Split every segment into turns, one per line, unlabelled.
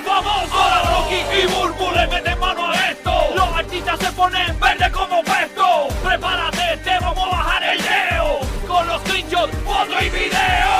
famosos!
Ahora Rocky y Burbu le meten mano a esto. Los artistas se ponen verde como pesto. Prepárate, te vamos a bajar el leo. Con los screenshots, foto y video.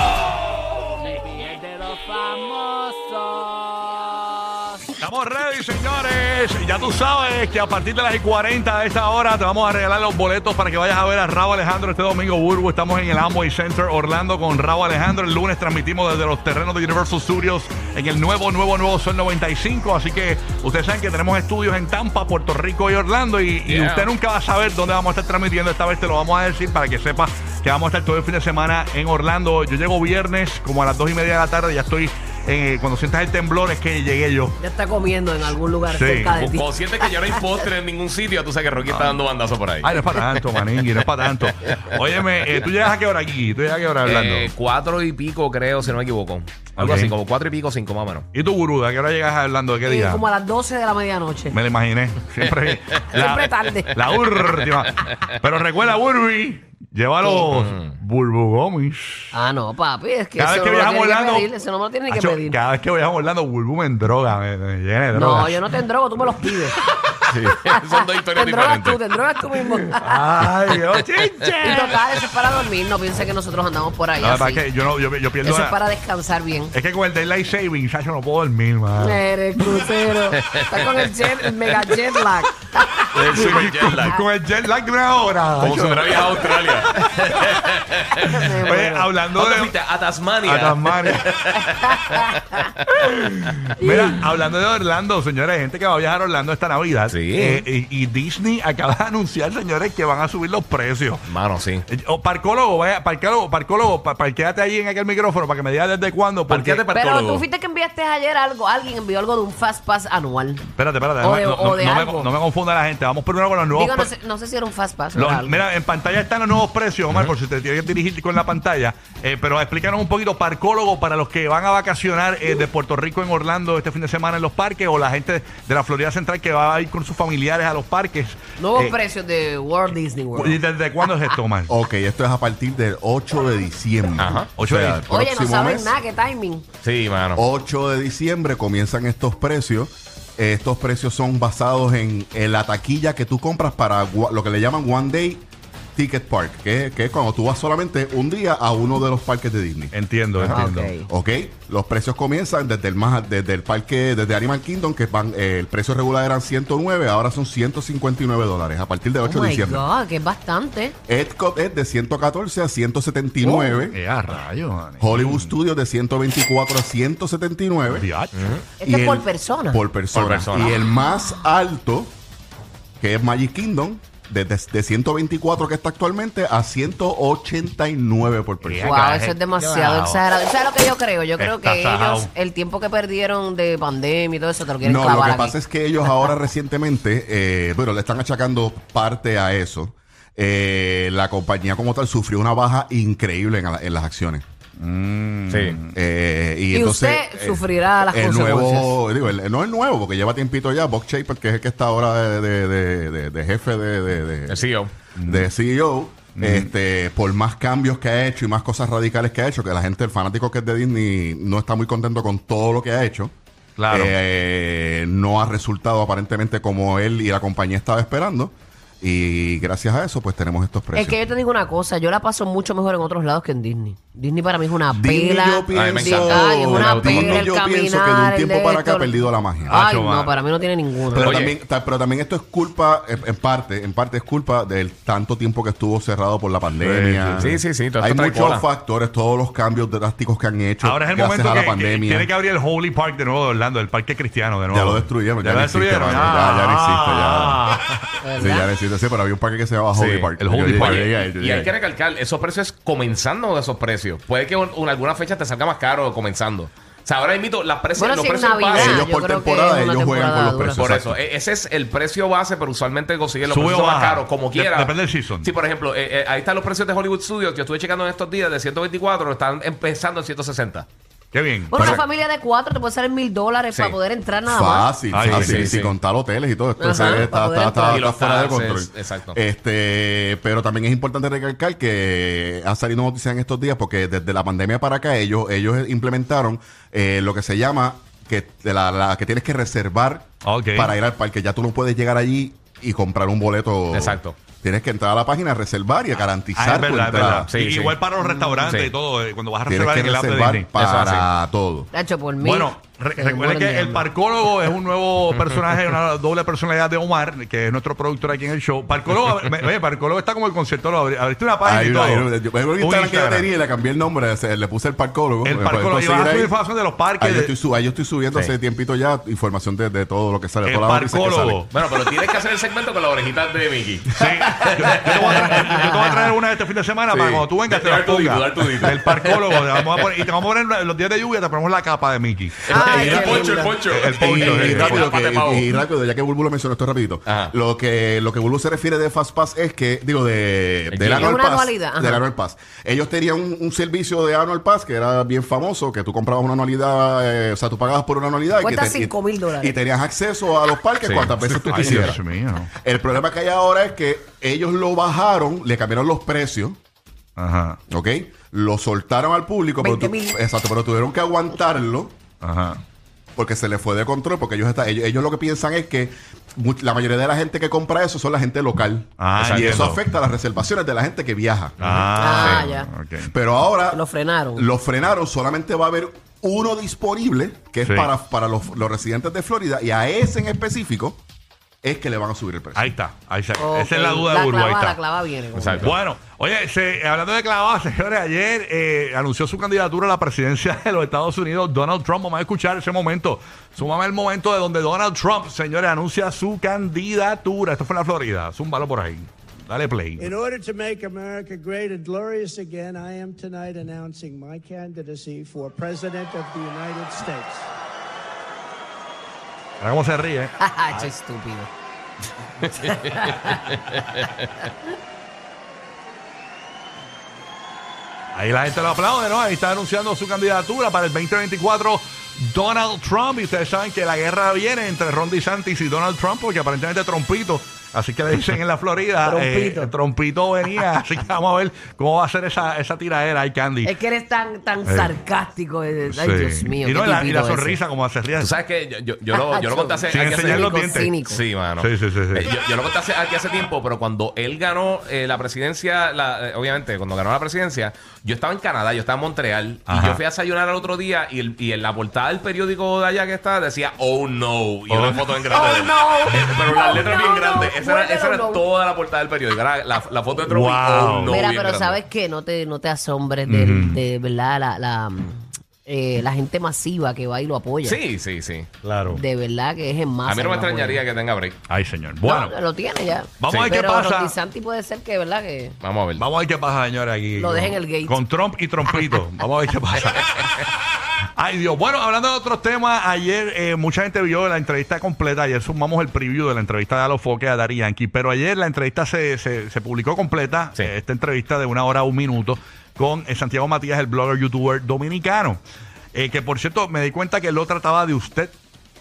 de los famosos!
Estamos ready, señores. Ya tú sabes que a partir de las 40 de esta hora te vamos a regalar los boletos para que vayas a ver a Rabo Alejandro este domingo, Burbu. Estamos en el Amway Center Orlando con Rabo Alejandro. El lunes transmitimos desde los terrenos de Universal Studios en el nuevo, nuevo, nuevo Sol 95. Así que ustedes saben que tenemos estudios en Tampa, Puerto Rico y Orlando. Y, y usted nunca va a saber dónde vamos a estar transmitiendo. Esta vez te lo vamos a decir para que sepas que vamos a estar todo el fin de semana en Orlando. Yo llego viernes como a las 2 y media de la tarde. Ya estoy, eh, cuando sientas el temblor, es que llegué yo.
Ya está comiendo en algún lugar
Sí.
cerca de ti.
Como sientes que ya no hay postre en ningún sitio, tú sabes que Rocky está dando bandazo por ahí.
Ay, no es para tanto, Maningui, no es para tanto. Óyeme, eh, ¿tú llegas a qué hora aquí? ¿Tú llegas a qué hora hablando?
Eh, cuatro y pico, creo, si no me equivoco. Algo
Ok.
así, como cuatro y pico, cinco más o menos.
¿Y tú, gurú? ¿A qué hora llegas hablando? ¿De qué
Eh,
día?
como a las 12 de la medianoche.
Me lo imaginé. Siempre.
Siempre tarde.
La última. Pero recuerda, Burby, lleva los
Mm.
burbugomis.
Ah, no, papi, es que
Cada vez
eso
que
no lo
viajamos a
tiene que
Orlando.
pedir, eso no me lo tiene ni que
Acho,
pedir.
Cada vez que viajamos a Orlando, Burbu me endroga, me, me llena de droga.
No, yo no te endrogo, tú me los pides.
Son dos
te
historias
endrogas tú, te
diferentes.
endrogas tú mismo. y
Ay, yo chinche.
total, eso es para dormir, no pienses que nosotros andamos por ahí
La verdad
así.
es que yo, no, yo, yo pierdo.
Eso
la-
es para descansar bien.
Es que con el daylight savings, ya yo no puedo dormir, man.
Eres crucero. Está con el, jet, el mega jet lag.
El super jet lag.
Con el jet lag de una hora.
Como si
acho.
hubiera viajado a Australia.
Me
Oye,
muero.
hablando
¿Dónde
de.
fuiste? A Tasmania.
A Tasmania. Mira, hablando de Orlando, señores, hay gente que va a viajar a Orlando esta Navidad.
Sí.
Eh, y, y Disney acaba de anunciar, señores, que van a subir los precios.
Mano, sí.
Eh, O parcólogo, vaya, parcólogo, parcólogo, pa- parquéate ahí en aquel micrófono para que me digas desde cuándo. porque-
Parquéate, par-
Pero
partólogo.
tú fuiste que enviaste ayer algo, alguien envió algo de un fast pass anual.
Espérate, espérate.
O de-
no,
o de
no- no me,
algo.
no me confunda la gente. Vamos primero con los nuevos
Digo, no
pre-
sé, no sé si era un fast pass. o
Los-
era algo.
mira, en pantalla están los nuevos precios, Omar, por si te tienes que dirigir con la pantalla. Eh, pero explícanos un poquito, parcólogo, para los que van a vacacionar eh, de Puerto Rico en Orlando este fin de semana en los parques o la gente de la Florida Central que va a ir con sus familiares a los parques.
Nuevos
Eh,
precios de Walt Disney World.
¿Y desde cuándo es esto, Omar?
Ok, esto es a partir del 8 de diciembre.
Ajá,
8 de diciembre.
Oye, no
próximo
saben
mes,
nada, qué timing.
Sí, mano.
8 de diciembre comienzan estos precios. Eh, Estos precios son basados en, en la taquilla que tú compras para gua- lo que le llaman One Day Ticket Park, que, que es cuando tú vas solamente un día a uno de los parques de Disney.
Eh.
Entiendo, entiendo.
ok.
Ah, Ok, los precios comienzan desde el más, desde el parque, desde Animal Kingdom, que van, eh, el precio regular eran 109, ahora son 159 dólares a partir del 8
oh
de
my
diciembre.
God, que es bastante.
Epcot es de 114 a
Oh,
179.
Eh, a rayos, man.
Hollywood Studios de 124 a 179.
Diacho.
Esto
Y
es por
el-
persona.
Por persona.
Por persona.
Y el más alto, que es Magic Kingdom, de, de- de 124 que está actualmente a 189 por persona.
Wow,
Acá,
eso
eh,
es demasiado
wow.
exagerado. ¿Sabes lo que yo creo? Yo creo que
Exagerado.
ellos, el tiempo que perdieron de pandemia y todo eso, te lo quieren
No, lo
clavar
que
aquí.
pasa es que ellos ahora recientemente, eh, bueno, le están achacando parte a eso. Eh, la compañía como tal sufrió una baja increíble en, la- en las acciones.
Sí.
Eh, y,
Y
entonces,
usted sufrirá las
el nuevo,
consecuencias.
digo, el- no es nuevo, porque lleva tiempito ya. Bob Shaper, que es el que está ahora de, de- de- de- de jefe de, de- de-
El CEO.
de CEO, este, por más cambios que ha hecho y más cosas radicales que ha hecho, que la gente, el fanático que es de Disney, no está muy contento con todo lo que ha hecho.
Claro.
Eh, no ha resultado aparentemente como él y la compañía estaba esperando. Y gracias a eso, pues tenemos estos precios.
Es que yo te digo una cosa, yo la paso mucho mejor en otros lados que en Disney. Disney para mí es una
Disney
pela.
yo
Ay, me
pienso,
encanta.
Ay, es una
Disney
pela el
yo
caminar,
pienso que de un tiempo
el
para acá
esto. Ah,
ha perdido la magia.
Ay,
Hacho, mano.
no, para mí no tiene ninguno.
Pero
Oye.
también, ta- pero también esto es culpa, en en parte, en parte es culpa del tanto tiempo que estuvo cerrado por la pandemia.
Sí, sí, sí, todo
Hay
esto trae
muchos
cola.
factores, todos los cambios drásticos que han hecho
Ahora es el
gracias
momento
a
que,
la
que
pandemia.
tiene que abrir el Holy Park de nuevo de Orlando, el parque cristiano de nuevo.
Ya lo destruyeron, ya
lo
no existe,
destruyeron.
mano, ya- ya no existe,
Ah.
Sí, ya necesito sí, pero había un parque que se llamaba Holy
Sí,
Park.
el Holy
Yo llegué-
Park.
yo llegué ahí, yo
Y
llegué
hay que
ahí.
recalcar, esos precios comenzando de esos precios. Puede que un- en alguna fecha te salga más caro comenzando. O sea, ahora invito, las precios,
Bueno,
los
si en
precios
Navidad,
base-
Ellos
yo
por
creo que
temporada,
es una
ellos juegan con los
temporada dura.
precios.
Por
exacto.
eso, e- ese es el precio base, pero usualmente consigue los
Sube
precios
o
más
baja.
caros, como
De-
quiera.
depende del season.
Sí, por ejemplo, eh, eh, ahí están los precios de Hollywood Studios. Yo estuve checando en estos días de 124, están empezando en 160.
Qué bien.
Bueno, una
Pero-
familia de cuatro te puede salir mil dólares
Sí.
para poder entrar nada más.
Fácil,
Ay,
fácil.
sí,
y
sí.
sin contar hoteles y todo esto.
Ajá,
o sea,
para
está,
poder
está- está-
entrar.
está
Y los
fuera de
taxes,
control.
exacto.
Este, pero también es importante recalcar que ha salido noticias en estos días porque desde la pandemia para acá ellos, ellos implementaron eh, lo que se llama que la, la que tienes que reservar
Ok.
para ir al parque. Ya tú no puedes llegar allí y comprar un boleto.
Exacto.
Tienes que entrar a la página, reservar y garantizar
Ah, es
tu
verdad, es
entrada.
verdad.
Sí,
Y-
sí.
Igual para los restaurantes
Sí.
y todo, eh, cuando vas a
Tienes
reservar
que
en el app de
reservar
Disney.
para todo.
Nacho, por mí.
Bueno, re-
se
recuerden
mueren de
que el
hambre.
parcólogo es un nuevo personaje, una doble personalidad de Omar, que es nuestro productor aquí en el show. Parcólogo, me- oye, parcólogo está como el conciertólogo. abri- Abriste una página
Ahí,
y
ahí,
todo.
ahí, yo- yo-
Un
yo- Instagram que yo
Instagram.
tenía y le cambié el nombre, se- le puse el parcólogo.
El
Me pueden
parcólogo. Y vas a
conseguir
subir
ahí.
información de los parques.
Ahí yo
de-
estoy, su- ahí yo estoy subiendo
Sí.
hace tiempito ya información de, de todo lo que sale.
El
todas las noticias que
parcólogo.
salen.
Bueno, pero tienes que hacer el segmento con las orejitas de Mickey.
Sí. Yo, yo te voy a traer, yo te voy a traer una de este fin de semana
Sí.
para cuando tú vengas
Dar
te la
tu dito,
pongas.
dar tu dito.
El parcólogo. te vamos a poner- y te vamos a poner en los días de lluvia, te ponemos la capa de Mickey.
Ah,
Ay,
el
qué
poncho, el
lindo.
poncho.
El poncho,
Y,
sí,
y
sí,
rápido,
la pata
que-
de pavo.
y- y rápido, ya que Bulbu lo mencionó esto rapidito.
Ajá.
Lo que lo que Bulbu se refiere de Fast Pass es que, digo, de,
Es
del
que-
Annual
Es una
Pass.
anualidad, ajá.
Del Annual Pass. Ellos tenían un, un servicio de Annual Pass que era bien famoso, que tú comprabas una anualidad, eh, o sea, tú pagabas por una anualidad. y
Cuesta
que te- y-
5.000 dólares.
Y tenías acceso a los parques
Sí.
cuantas veces pues tú
Ay,
quisieras.
Dios mío.
El problema que hay ahora es que ellos lo bajaron, le cambiaron los precios,
Ajá.
¿ok? Lo soltaron al público, pero, tu-
20.000.
exacto, pero tuvieron que aguantarlo
Ajá.
porque se les fue de control, porque ellos, está- ellos, ellos lo que piensan es que mu- la mayoría de la gente que compra eso son la gente local.
Ah,
y eso
entiendo.
afecta a las reservaciones de la gente que viaja.
Ah,
Ah, ya.
ok.
Pero ahora
Lo frenaron.
lo frenaron, solamente va a haber uno disponible, que es
Sí.
para, para los, los residentes de Florida, y a ese en específico es que le van a subir el precio.
Ahí está. Ahí está.
Ok,
Esa es la duda de Uruguay.
clava,
está.
La clava viene. como
Exacto.
Bueno, oye, se- hablando de clavadas, señores, ayer eh, anunció su candidatura a la presidencia de los Estados Unidos, Donald Trump. Vamos a escuchar ese momento. Súmame el momento de donde Donald Trump, señores, anuncia su candidatura. Esto fue en la Florida. Zúmbalo por ahí. Dale play.
Eh,
In order to make America great and glorious again, I am tonight announcing my candidacy for President of the United States.
Mira cómo se ríe.
Ah, che, estúpido.
Ahí la gente lo aplaude, ¿no? Ahí está anunciando su candidatura para el 2024 Donald Trump. Y ustedes saben que la guerra viene entre Ron DeSantis y Donald Trump, porque aparentemente Trompito, así que le dicen en la Florida,
Trompito.
eh, Trompito venía. Así que vamos a ver cómo va a ser esa, esa tiradera. Ay, Candy.
Es que eres tan, tan
Eh.
sarcástico. eh, Ay,
Sí.
Dios mío.
Y, no,
qué
la, y la
tipito ese.
sonrisa, como se ríe.
Tú sabes que yo, yo, yo lo, yo lo conté hace...
Sin
hay que hacer-
enseñar los
Cínico,
dientes.
cínico.
Sí, mano.
Sí, sí, sí, sí.
Eh, yo, yo lo conté hace, aquí hace tiempo, pero cuando él ganó eh, la presidencia, la- eh, obviamente, cuando ganó la presidencia, yo estaba en Canadá, yo estaba en Montreal,
Ajá.
y yo fui a desayunar al otro día y, el- y en la portada del periódico de allá que está decía, oh no, y
Oh.
una foto en grande.
Oh,
de él.
no.
Eh, Pero las
Oh,
letras
no,
bien
no.
grandes. esa era, esa era
Bueno, no.
toda la portada del periódico. Era la, la foto de Trump y
Wow.
oh no.
Mira,
bien
pero
grande.
¿sabes qué? No te, no te asombres de, de verdad la, la, eh, la gente masiva que va y lo apoya.
Sí, sí, sí.
Claro.
De verdad que es en masa.
A mí no me
que lo apoya.
extrañaría que tenga break.
Ay, señor.
No,
Bueno,
lo tiene ya.
Vamos a ver qué
Pero
pasa.
Ron DeSantis puede ser que, ¿verdad? Que...
Vamos a ver.
Vamos a ver qué pasa, señores, aquí.
Lo
con-
dejen el gate.
Con Trump y Trompito. Vamos a ver qué pasa. Ay, Dios. Bueno, hablando de otros temas, ayer eh, mucha gente vio la entrevista completa. Ayer sumamos el preview de la entrevista de Alofoque a Dari Yankee. Pero ayer la entrevista se, se, se publicó completa.
Sí.
eh, esta entrevista de una hora a un minuto con eh, Santiago Matías, el blogger youtuber dominicano. Eh, que por cierto, me di cuenta que él lo trataba de usted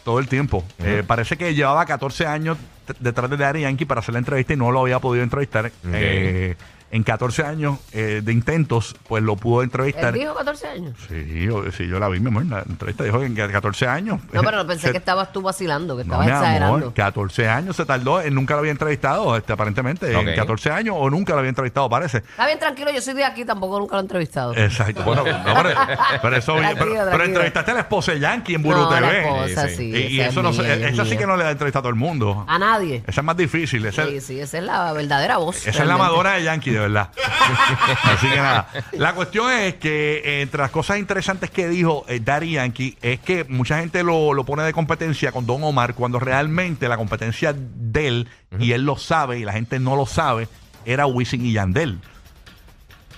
todo el tiempo. Eh, parece que llevaba 14 años t- detrás de Daddy Yankee para hacer la entrevista y no lo había podido entrevistar. Eh, en 14 años eh, de intentos, pues lo pudo entrevistar.
Él dijo 14 años.
Sí, yo, sí, yo la vi, mi amor, en la entrevista dijo que en 14 años.
No, pero no pensé
Se-
que estabas tú vacilando, que
No,
estabas
mi
exagerando.
amor, 14 años se tardó, él nunca lo había entrevistado, este, aparentemente, en
Ok.
14 años o nunca lo había entrevistado, parece.
Está bien, tranquilo, yo soy de aquí, tampoco nunca lo he entrevistado.
Exacto. Bueno, no, pero, pero eso
Tranquilo,
pero- pero,
tranquilo.
entrevistaste a la esposa de Yankee en
No,
Buru
la
TV.
esposa, sí,
Y- Y,
esa es
eso, no, se-
mía, es
eso sí
mía.
que no le da entrevista a todo el mundo.
A nadie.
Esa es más difícil. Esa,
Sí, sí, esa es la verdadera voz.
esa es la
realmente.
Madonna de Yankee, de verdad. Así que nada. La cuestión es que eh, entre las cosas interesantes que dijo eh, Daddy Yankee es que mucha gente lo, lo pone de competencia con Don Omar cuando realmente la competencia de él, y él lo sabe y la gente no lo sabe, era Wisin y Yandel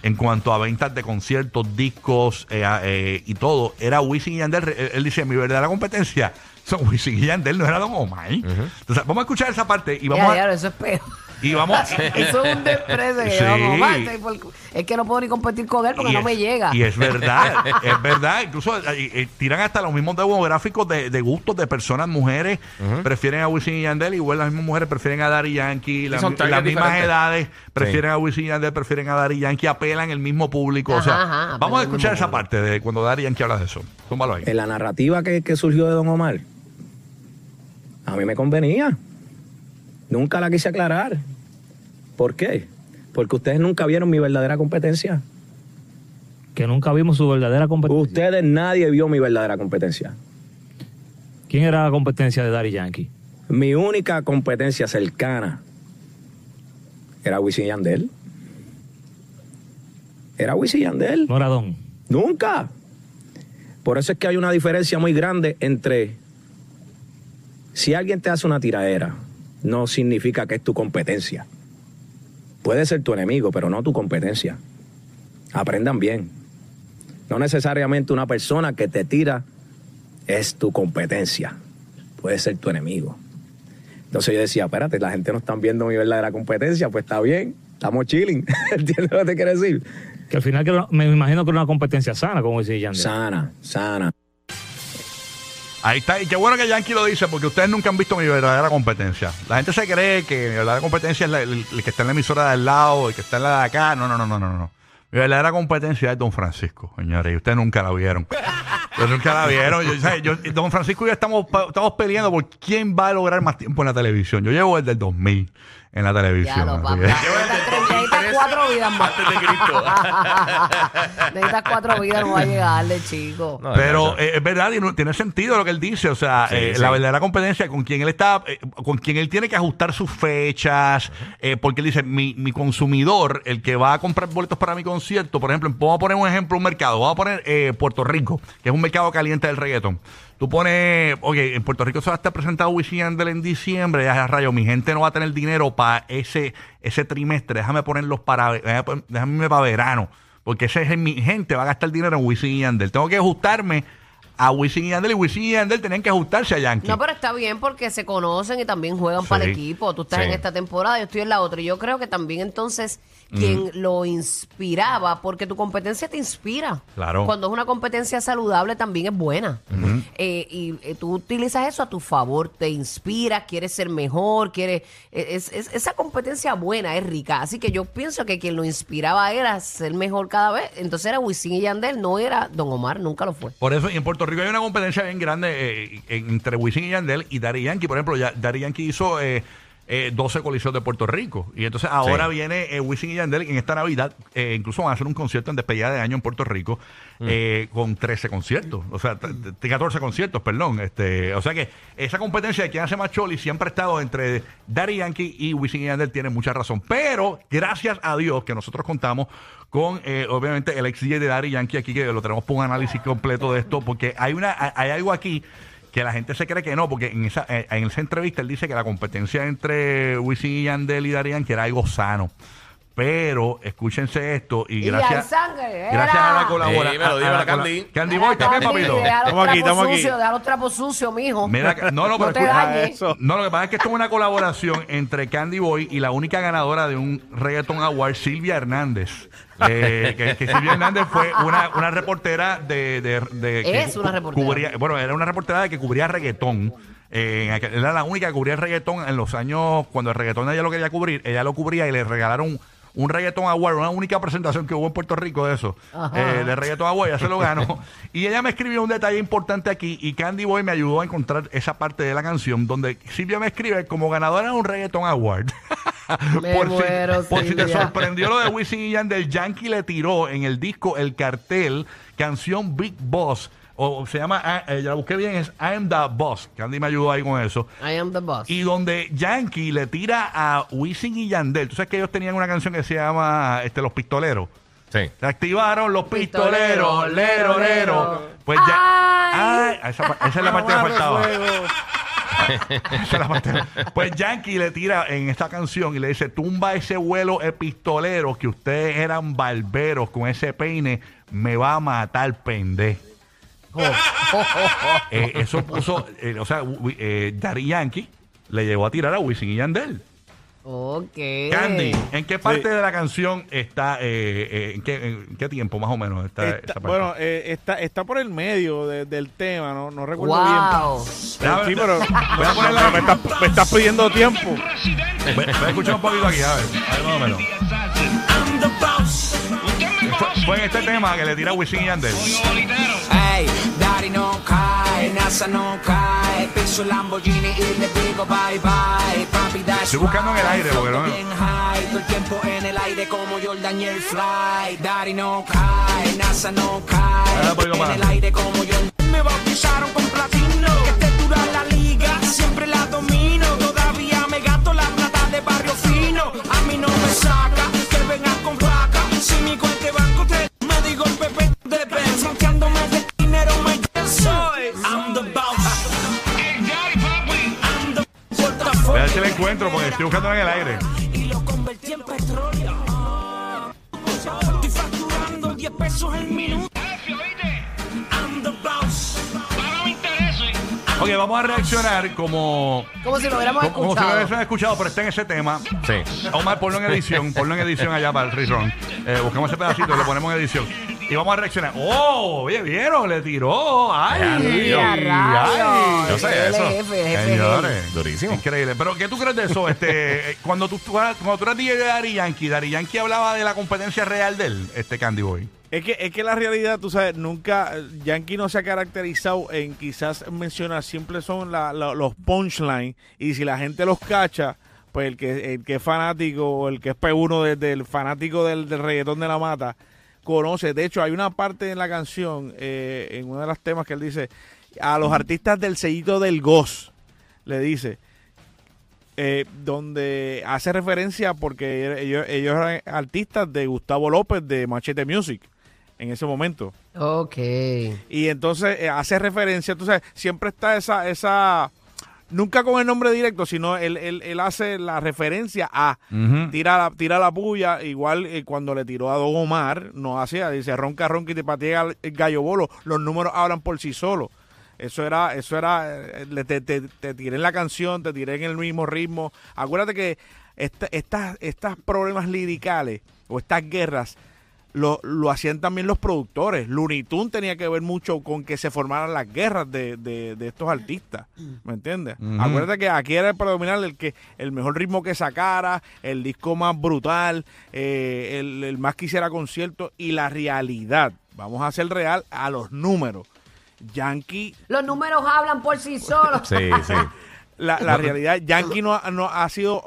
en cuanto a ventas de conciertos, discos eh, a- eh, y todo, era Wisin y Yandel. Re- Él, él dice, mi verdadera competencia son Wisin y Yandel, no era Don Omar. Entonces, vamos a escuchar esa parte y vamos
Ya, ya,
a...
eso es peor.
Y vamos
Eso es un desprecio que
Sí.
yo no mato, y por- Es que no puedo ni competir con él porque
y
no
es-
me llega.
Y es verdad, es verdad. Incluso eh, eh, tiran hasta los mismos demográficos de, de gustos de personas, mujeres prefieren a Wisin y Yandel, igual las mismas mujeres prefieren a Daddy Yankee, la-
son
las mismas
targets diferentes.
edades prefieren a Wisin y Yandel, prefieren a Daddy Yankee, apelan el mismo público. o
Ajá,
sea,
ajá, apelan
vamos a
al mismo
escuchar esa
público.
parte de cuando Daddy Yankee habla de eso. Túmbalo ahí.
en la narrativa que, que surgió de Don Omar, a mí me convenía. Nunca la quise aclarar. ¿Por qué? Porque ustedes nunca vieron mi verdadera competencia.
que nunca vimos su verdadera competencia.
Ustedes nadie vio mi verdadera competencia.
¿Quién era la competencia de Daddy Yankee?
Mi única competencia cercana era Wisin Yandel. Era Wisin Yandel.
No era Don.
Nunca. Por eso es que hay una diferencia muy grande entre si alguien te hace una tiradera, no significa que es tu competencia. Puede ser tu enemigo, pero no tu competencia. Aprendan bien. No necesariamente una persona que te tira es tu competencia. Puede ser tu enemigo. Entonces yo decía, espérate, la gente no está viendo mi verdadera competencia, pues está bien, estamos chilling. ¿Entiendes lo que te quiero decir?
Que al final que era- me imagino que era una competencia sana, como dice Yankee.
Sana, sana.
Ahí está, y qué bueno que Yankee lo dice, porque ustedes nunca han visto mi verdadera competencia. La gente se cree que mi verdadera competencia es la- el, el que está en la emisora de al lado, el que está en la de acá. No, no, no, no, no, no. Mi verdadera competencia es Don Francisco, señores, y ustedes nunca la vieron. Ustedes nunca la vieron. Yo, ¿sabes? Yo- don Francisco y yo estamos, pa- estamos peleando por quién va a lograr más tiempo en la televisión. Yo llevo el del 2000 en la
Ya
televisión.
lo,
así
papá.
que-
Necesitas tres- necesitas cuatro vidas más. Necesitas cuatro vidas, no va a llegarle, chico.
No,
Pero eh, es verdad, y no- tiene sentido lo que él dice. O sea, eh, la verdadera competencia con quien él está, eh, con quien él tiene que ajustar sus fechas, eh, porque él dice, mi, mi consumidor, el que va a comprar boletos para mi concierto, por ejemplo, vamos a poner un ejemplo, un mercado, vamos a poner eh, Puerto Rico, que es un mercado caliente del reggaetón. Tú pones, ok, en Puerto Rico se va a estar presentado Wisin y Yandel en diciembre, ya rayo, mi gente no va a tener dinero para ese, ese trimestre, déjame ponerlos para, déjame para verano. Porque ese es mi gente, va a gastar dinero en Wisin y Yandel. Tengo que ajustarme a Wisin y Yandel. Y Wisin y Yandel tenían que ajustarse a Yankee.
No, pero está bien porque se conocen y también juegan
Sí.
para el equipo. Tú estás
Sí.
en esta temporada, yo estoy en la otra. Y yo creo que también entonces
Mm.
quien lo inspiraba, porque tu competencia te inspira.
Claro.
Cuando es una competencia saludable también es buena. Eh, y eh, tú utilizas eso a tu favor, te inspira, quieres ser mejor, quieres... e, es- es- esa competencia buena es rica. Así que yo pienso que quien lo inspiraba era ser mejor cada vez. Entonces era Wisin y Yandel, no era Don Omar, nunca lo fue.
Por eso, y en Puerto Rico hay una competencia bien grande eh, en- entre Wisin y Yandel y Daddy Yankee. Por ejemplo, ya- Daddy Yankee hizo eh, eh, 12 coliseos de Puerto Rico. Y entonces ahora viene eh, Wisin y Yandel y en esta Navidad. eh, incluso van a hacer un concierto en despedida de año en Puerto Rico eh, con 13 conciertos. O sea, t- t- 14 conciertos, perdón. este O sea que esa competencia de quien hace más choli siempre ha estado entre Daddy Yankee y Wisin y Yandel. Tiene mucha razón. Pero gracias a Dios que nosotros contamos con eh, obviamente el ex DJ de Daddy Yankee aquí que lo tenemos por un análisis completo de esto porque hay una hay- hay algo aquí que la gente se cree que no porque en esa eh, en esa entrevista él dice que la competencia entre Wisin y Yandel y Daddy Yankee era algo sano pero escúchense esto y,
Y
gracias
hay sangre,
gracias a la
era.
colaboración
Dímelo, dímelo, Candy.
Candy Boy también papito
Estamos
Estamos
aquí,
aquí, estamos aquí.
Deja los trapos sucios, mijo.
Mira, no, no, pero
te
escucha eh,
dañes.
eso.
No, lo que pasa es que esto es una colaboración entre Candy Boy y la única ganadora de un reggaeton award, Silvia Hernández. Eh, que, que Silvia Hernández fue una, una reportera de, de- de- que
Es una reportera.
cubría- bueno, era una reportera de que cubría reggaetón. Eh, en aquel- era la única que cubría reggaetón en los años cuando el reggaetón ella lo quería cubrir. Ella lo cubría y le regalaron un reggaeton award, una única presentación que hubo en Puerto Rico de eso, eh, de reggaeton award, ya se lo ganó. y ella me escribió un detalle importante aquí y Candy Boy me ayudó a encontrar esa parte de la canción donde Silvia me escribe como ganadora de un reggaeton award.
Me muero,
si, por si te
Silvia.
sorprendió lo de Wisin y Yandel, Yankee le tiró en el disco el cartel canción Big Boss. O o se llama, ah, eh, ya la busqué bien, es I'm the Boss. Candy me ayudó ahí con eso.
I am the boss.
Y donde Yankee le tira a Wisin y Yandel. Tú sabes que ellos tenían una canción que se llama este, Los Pistoleros.
Sí.
Se activaron los pistoleros, lero, lero. Pues ya.
Ay. pues,
Ay, esa, pa- esa es la parte que faltaba. Esa es la parte. Pues Yankee le tira en esta canción y le dice: Tumba ese vuelo epistolero que ustedes eran barberos con ese peine, me va a matar, pendejo. Eh, eso puso, eh, o sea, Wi- eh, Daddy Yankee le llegó a tirar a Wisin y Yandel.
ok.
Candy, ¿en qué parte de la canción está? eh, eh, en, qué, en qué tiempo más o menos está,
Está-
esa parte?
bueno, eh, está, está por el medio de- del tema, no, no recuerdo
Wow.
bien.
Ya,
sí,
ya.
pero
Voy a ponerla-
me, estás, me estás pidiendo tiempo.
Ve- ve a escuchar un poquito aquí, a ver, a ver más o menos. Fue, fue en este tema que le tira Wisin y Yandel.
Ehi, Dari non cae, NASA non cae, penso Lamborghini e le digo bye bye, papi dai
Estoy buscando en el aire, porque no-
bien high, todo el tiempo en el aire como Jordan y el Fly, Dari non cae, NASA non cae,
Ah, voy
en
nomás.
el aire como Jordan. Me bautizaron con platino, que te dura la liga, siempre la domino, todavía me gato la plata de barrio fino, a mí no me saca, que vengas con vaca, si mi cuenta de banco te me digo el pepe de Benz, saqueándome de dinero me soy, I'm the boss, I'm the
Voy a
portafolio.
ver si la encuentro porque estoy buscando en el aire.
Y lo convertí en petróleo. Estoy facturando 10 pesos el minuto. I'm the boss.
Ok, vamos a reaccionar como,
Como si lo hubiéramos
como, como si lo
escuchado.
hubiesen escuchado, pero está en ese tema.
Sí.
Omar, ponlo en edición, ponlo en edición allá para el rerun. Eh, buscamos ese pedacito y lo ponemos en edición. Y vamos a reaccionar. ¡Oh! Oye, ¿vieron? Le tiró. ¡Ay!
Sí, a
ay,
rayos.
Yo sé
El
eso.
jefe, el jefe,
Señores,
Durísimo.
Increíble. Pero, ¿qué tú crees de eso? Este, eh, cuando tú, tú- cuando tú eras DJ de Dari Yankee, Dari Yankee hablaba de la competencia real de él, este Candy Boy.
Es que, es que la realidad, tú sabes, nunca, Yankee no se ha caracterizado en quizás mencionar, siempre son la- la- los punchlines, y si la gente los cacha, pues el que, el que es fanático, o el que es P1 desde el fanático del, del reggaetón de la mata, conoce. De hecho, hay una parte en la canción, eh, en uno de los temas que él dice, a los artistas del sellito del Goz, le dice, eh, donde hace referencia porque ellos, ellos eran artistas de Gustavo López de Machete Music en ese momento.
Ok.
Y entonces eh, hace referencia, tú sabes, siempre está esa, esa, nunca con el nombre directo, sino él, él, él hace la referencia a tira, la, tira la puya, igual eh, cuando le tiró a Don Omar, no hacía, dice ronca, ronca y te patea el el gallo bolo, los números hablan por sí solos. Eso era, eso era, eh, le- te, te, te tiré en la canción, te tiré en el mismo ritmo. Acuérdate que esta- estas, estas problemas liricales o estas guerras lo, lo hacían también los productores. Looney Tunes tenía que ver mucho con que se formaran las guerras de, de- de estos artistas. ¿Me entiendes? Acuérdate que aquí era el predominar el que el mejor ritmo que sacara, el disco más brutal, eh, el, el más que hiciera conciertos y la realidad. Vamos a ser real a los números. Yankee,
Los números hablan por sí solos.
Sí, sí.
la, la realidad, Yankee no, ha- no ha sido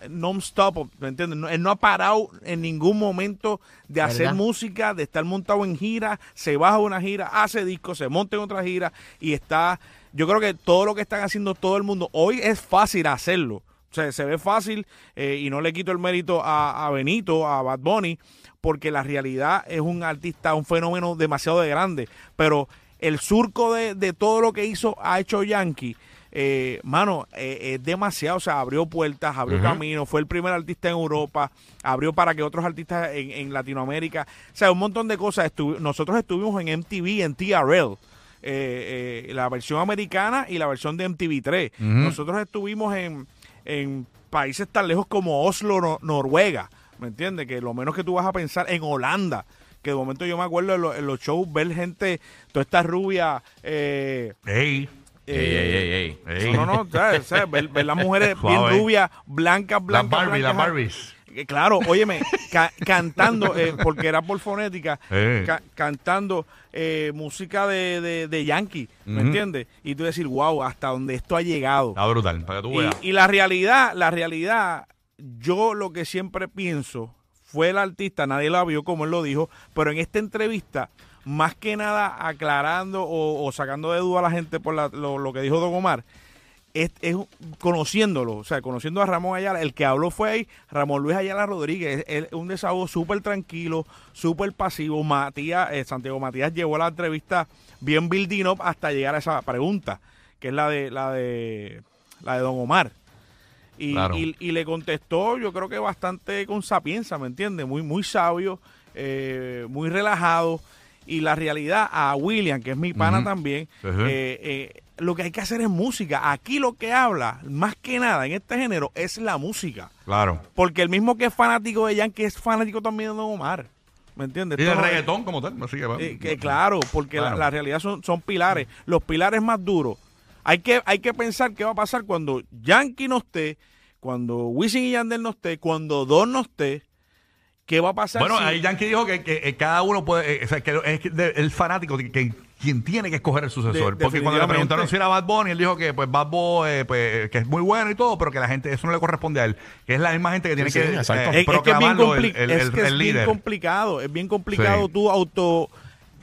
eh, non-stop, ¿me entiendes? No- él no ha parado en ningún momento de hacer
¿Verdad?
música, de estar montado en gira, se baja de una gira, hace discos, se monta en otra gira y está, yo creo que todo lo que están haciendo todo el mundo, hoy es fácil hacerlo. O sea, se ve fácil eh, y no le quito el mérito a, a Benito, a Bad Bunny, porque la realidad es un artista, un fenómeno demasiado de grande. Pero el surco de, de todo lo que hizo, ha hecho Yankee, eh, mano, eh, es demasiado. O sea, abrió puertas, abrió caminos, fue el primer artista en Europa, abrió para que otros artistas en, en Latinoamérica, o sea, un montón de cosas. Estu- nosotros estuvimos en MTV, en TRL. eh, eh, la versión americana y la versión de MTV3. Nosotros estuvimos en, en países tan lejos como Oslo, Nor- Noruega, ¿me entiendes? Que lo menos que tú vas a pensar en Holanda, que de momento yo me acuerdo en, lo- en los shows ver gente, toda esta rubia... eh,
¡Ey!
Ey, ey, ey, ey.
ey.
no, no, no, sabes, sabes, ver, ver las mujeres bien
Suave.
rubias, blancas,
Las
blancas.
Barbie,
blancas,
las Barbies.
Eh, Claro, óyeme, ca- cantando, eh, porque era por fonética,
Eh.
ca- cantando eh, música de, de, de Yankee, ¿me
Ujú.
entiendes? Y tú decir, wow, hasta donde esto ha llegado.
Está brutal, para que tú
Y,
veas.
y la realidad, la realidad, yo lo que siempre pienso, fue el artista, nadie la vio como él lo dijo, pero en esta entrevista, más que nada aclarando o, o sacando de duda a la gente por la- lo, lo que dijo Don Omar, es, es un- conociéndolo, o sea, conociendo a Ramón Ayala, el que habló fue ahí, Ramón Luis Ayala Rodríguez, es, es un desahogo súper tranquilo, súper pasivo. Matías, eh, Santiago Matías llevó la entrevista bien building up hasta llegar a esa pregunta, que es la de la de la de Don Omar. Y,
Claro.
y- y le contestó, yo creo que bastante con sapienza, ¿me entiendes? Muy, muy sabio, eh, muy relajado. Y la realidad a William, que es mi pana
Ujú.
también,
Ujú.
eh, eh, lo que hay que hacer es música. Aquí lo que habla, más que nada en este género, es la música.
Claro.
Porque el mismo que es fanático de Yankee es fanático también de Don Omar. ¿Me entiendes?
Y el
Esto no-
reggaetón como tal. Así que, va.
eh, que claro, porque la-
Claro.
La, realidad son, son pilares. Los pilares más duros. Hay que, hay que pensar qué va a pasar cuando Yankee no esté, cuando Wisin y Yandel no esté, cuando Don no esté. ¿Qué va a pasar?
Bueno,
si-
ahí Yankee dijo que, que, eh, cada uno puede, eh, o sea, que es que de- el fanático que, que quien tiene que escoger el sucesor.
De-
porque cuando le
definitivamente.
preguntaron si era Bad Bunny, él dijo que pues Bad Bunny, eh, pues, que es muy bueno y todo, pero que la gente, eso no le corresponde a él. Que es la misma gente que tiene
sí,
que eh,
exacto.
es, es que es bien,
proclamarlo el,
compli-
el-
es
el-
que es
el
bien
líder.
complicado. Es bien complicado
Sí.
tú auto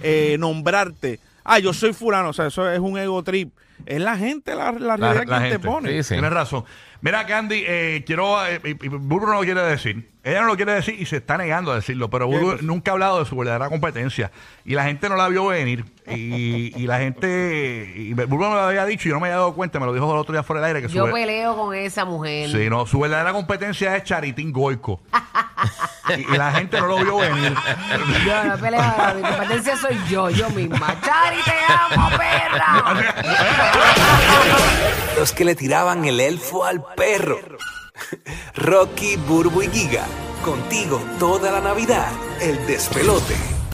eh, nombrarte. Ah, yo soy fulano. O sea, eso es un ego trip. Es la gente la, la
La-
realidad
la
que te
gente.
pone.
Sí, sí.
Tienes razón. Mira, Candy, eh, quiero. eh, y- y Burbu no lo quiere decir. Ella no lo quiere decir y se está negando a decirlo, pero Burbu
pues.
nunca ha hablado de su verdadera competencia. Y la gente no la vio venir. Y, y la gente. Y Burbu me lo había dicho y yo no me había dado cuenta, me lo dijo el otro día fuera del aire. Que su
Yo
ver-
peleo con esa mujer.
Sí, no, su verdadera competencia es Charitín Goico. y, y la gente no lo vio venir.
Yo no peleo, mi competencia soy yo, yo misma. Chari, te amo, perra.
Los que le tiraban el elfo al perro. Rocky, Burbu y Giga. Contigo toda la Navidad. El despelote.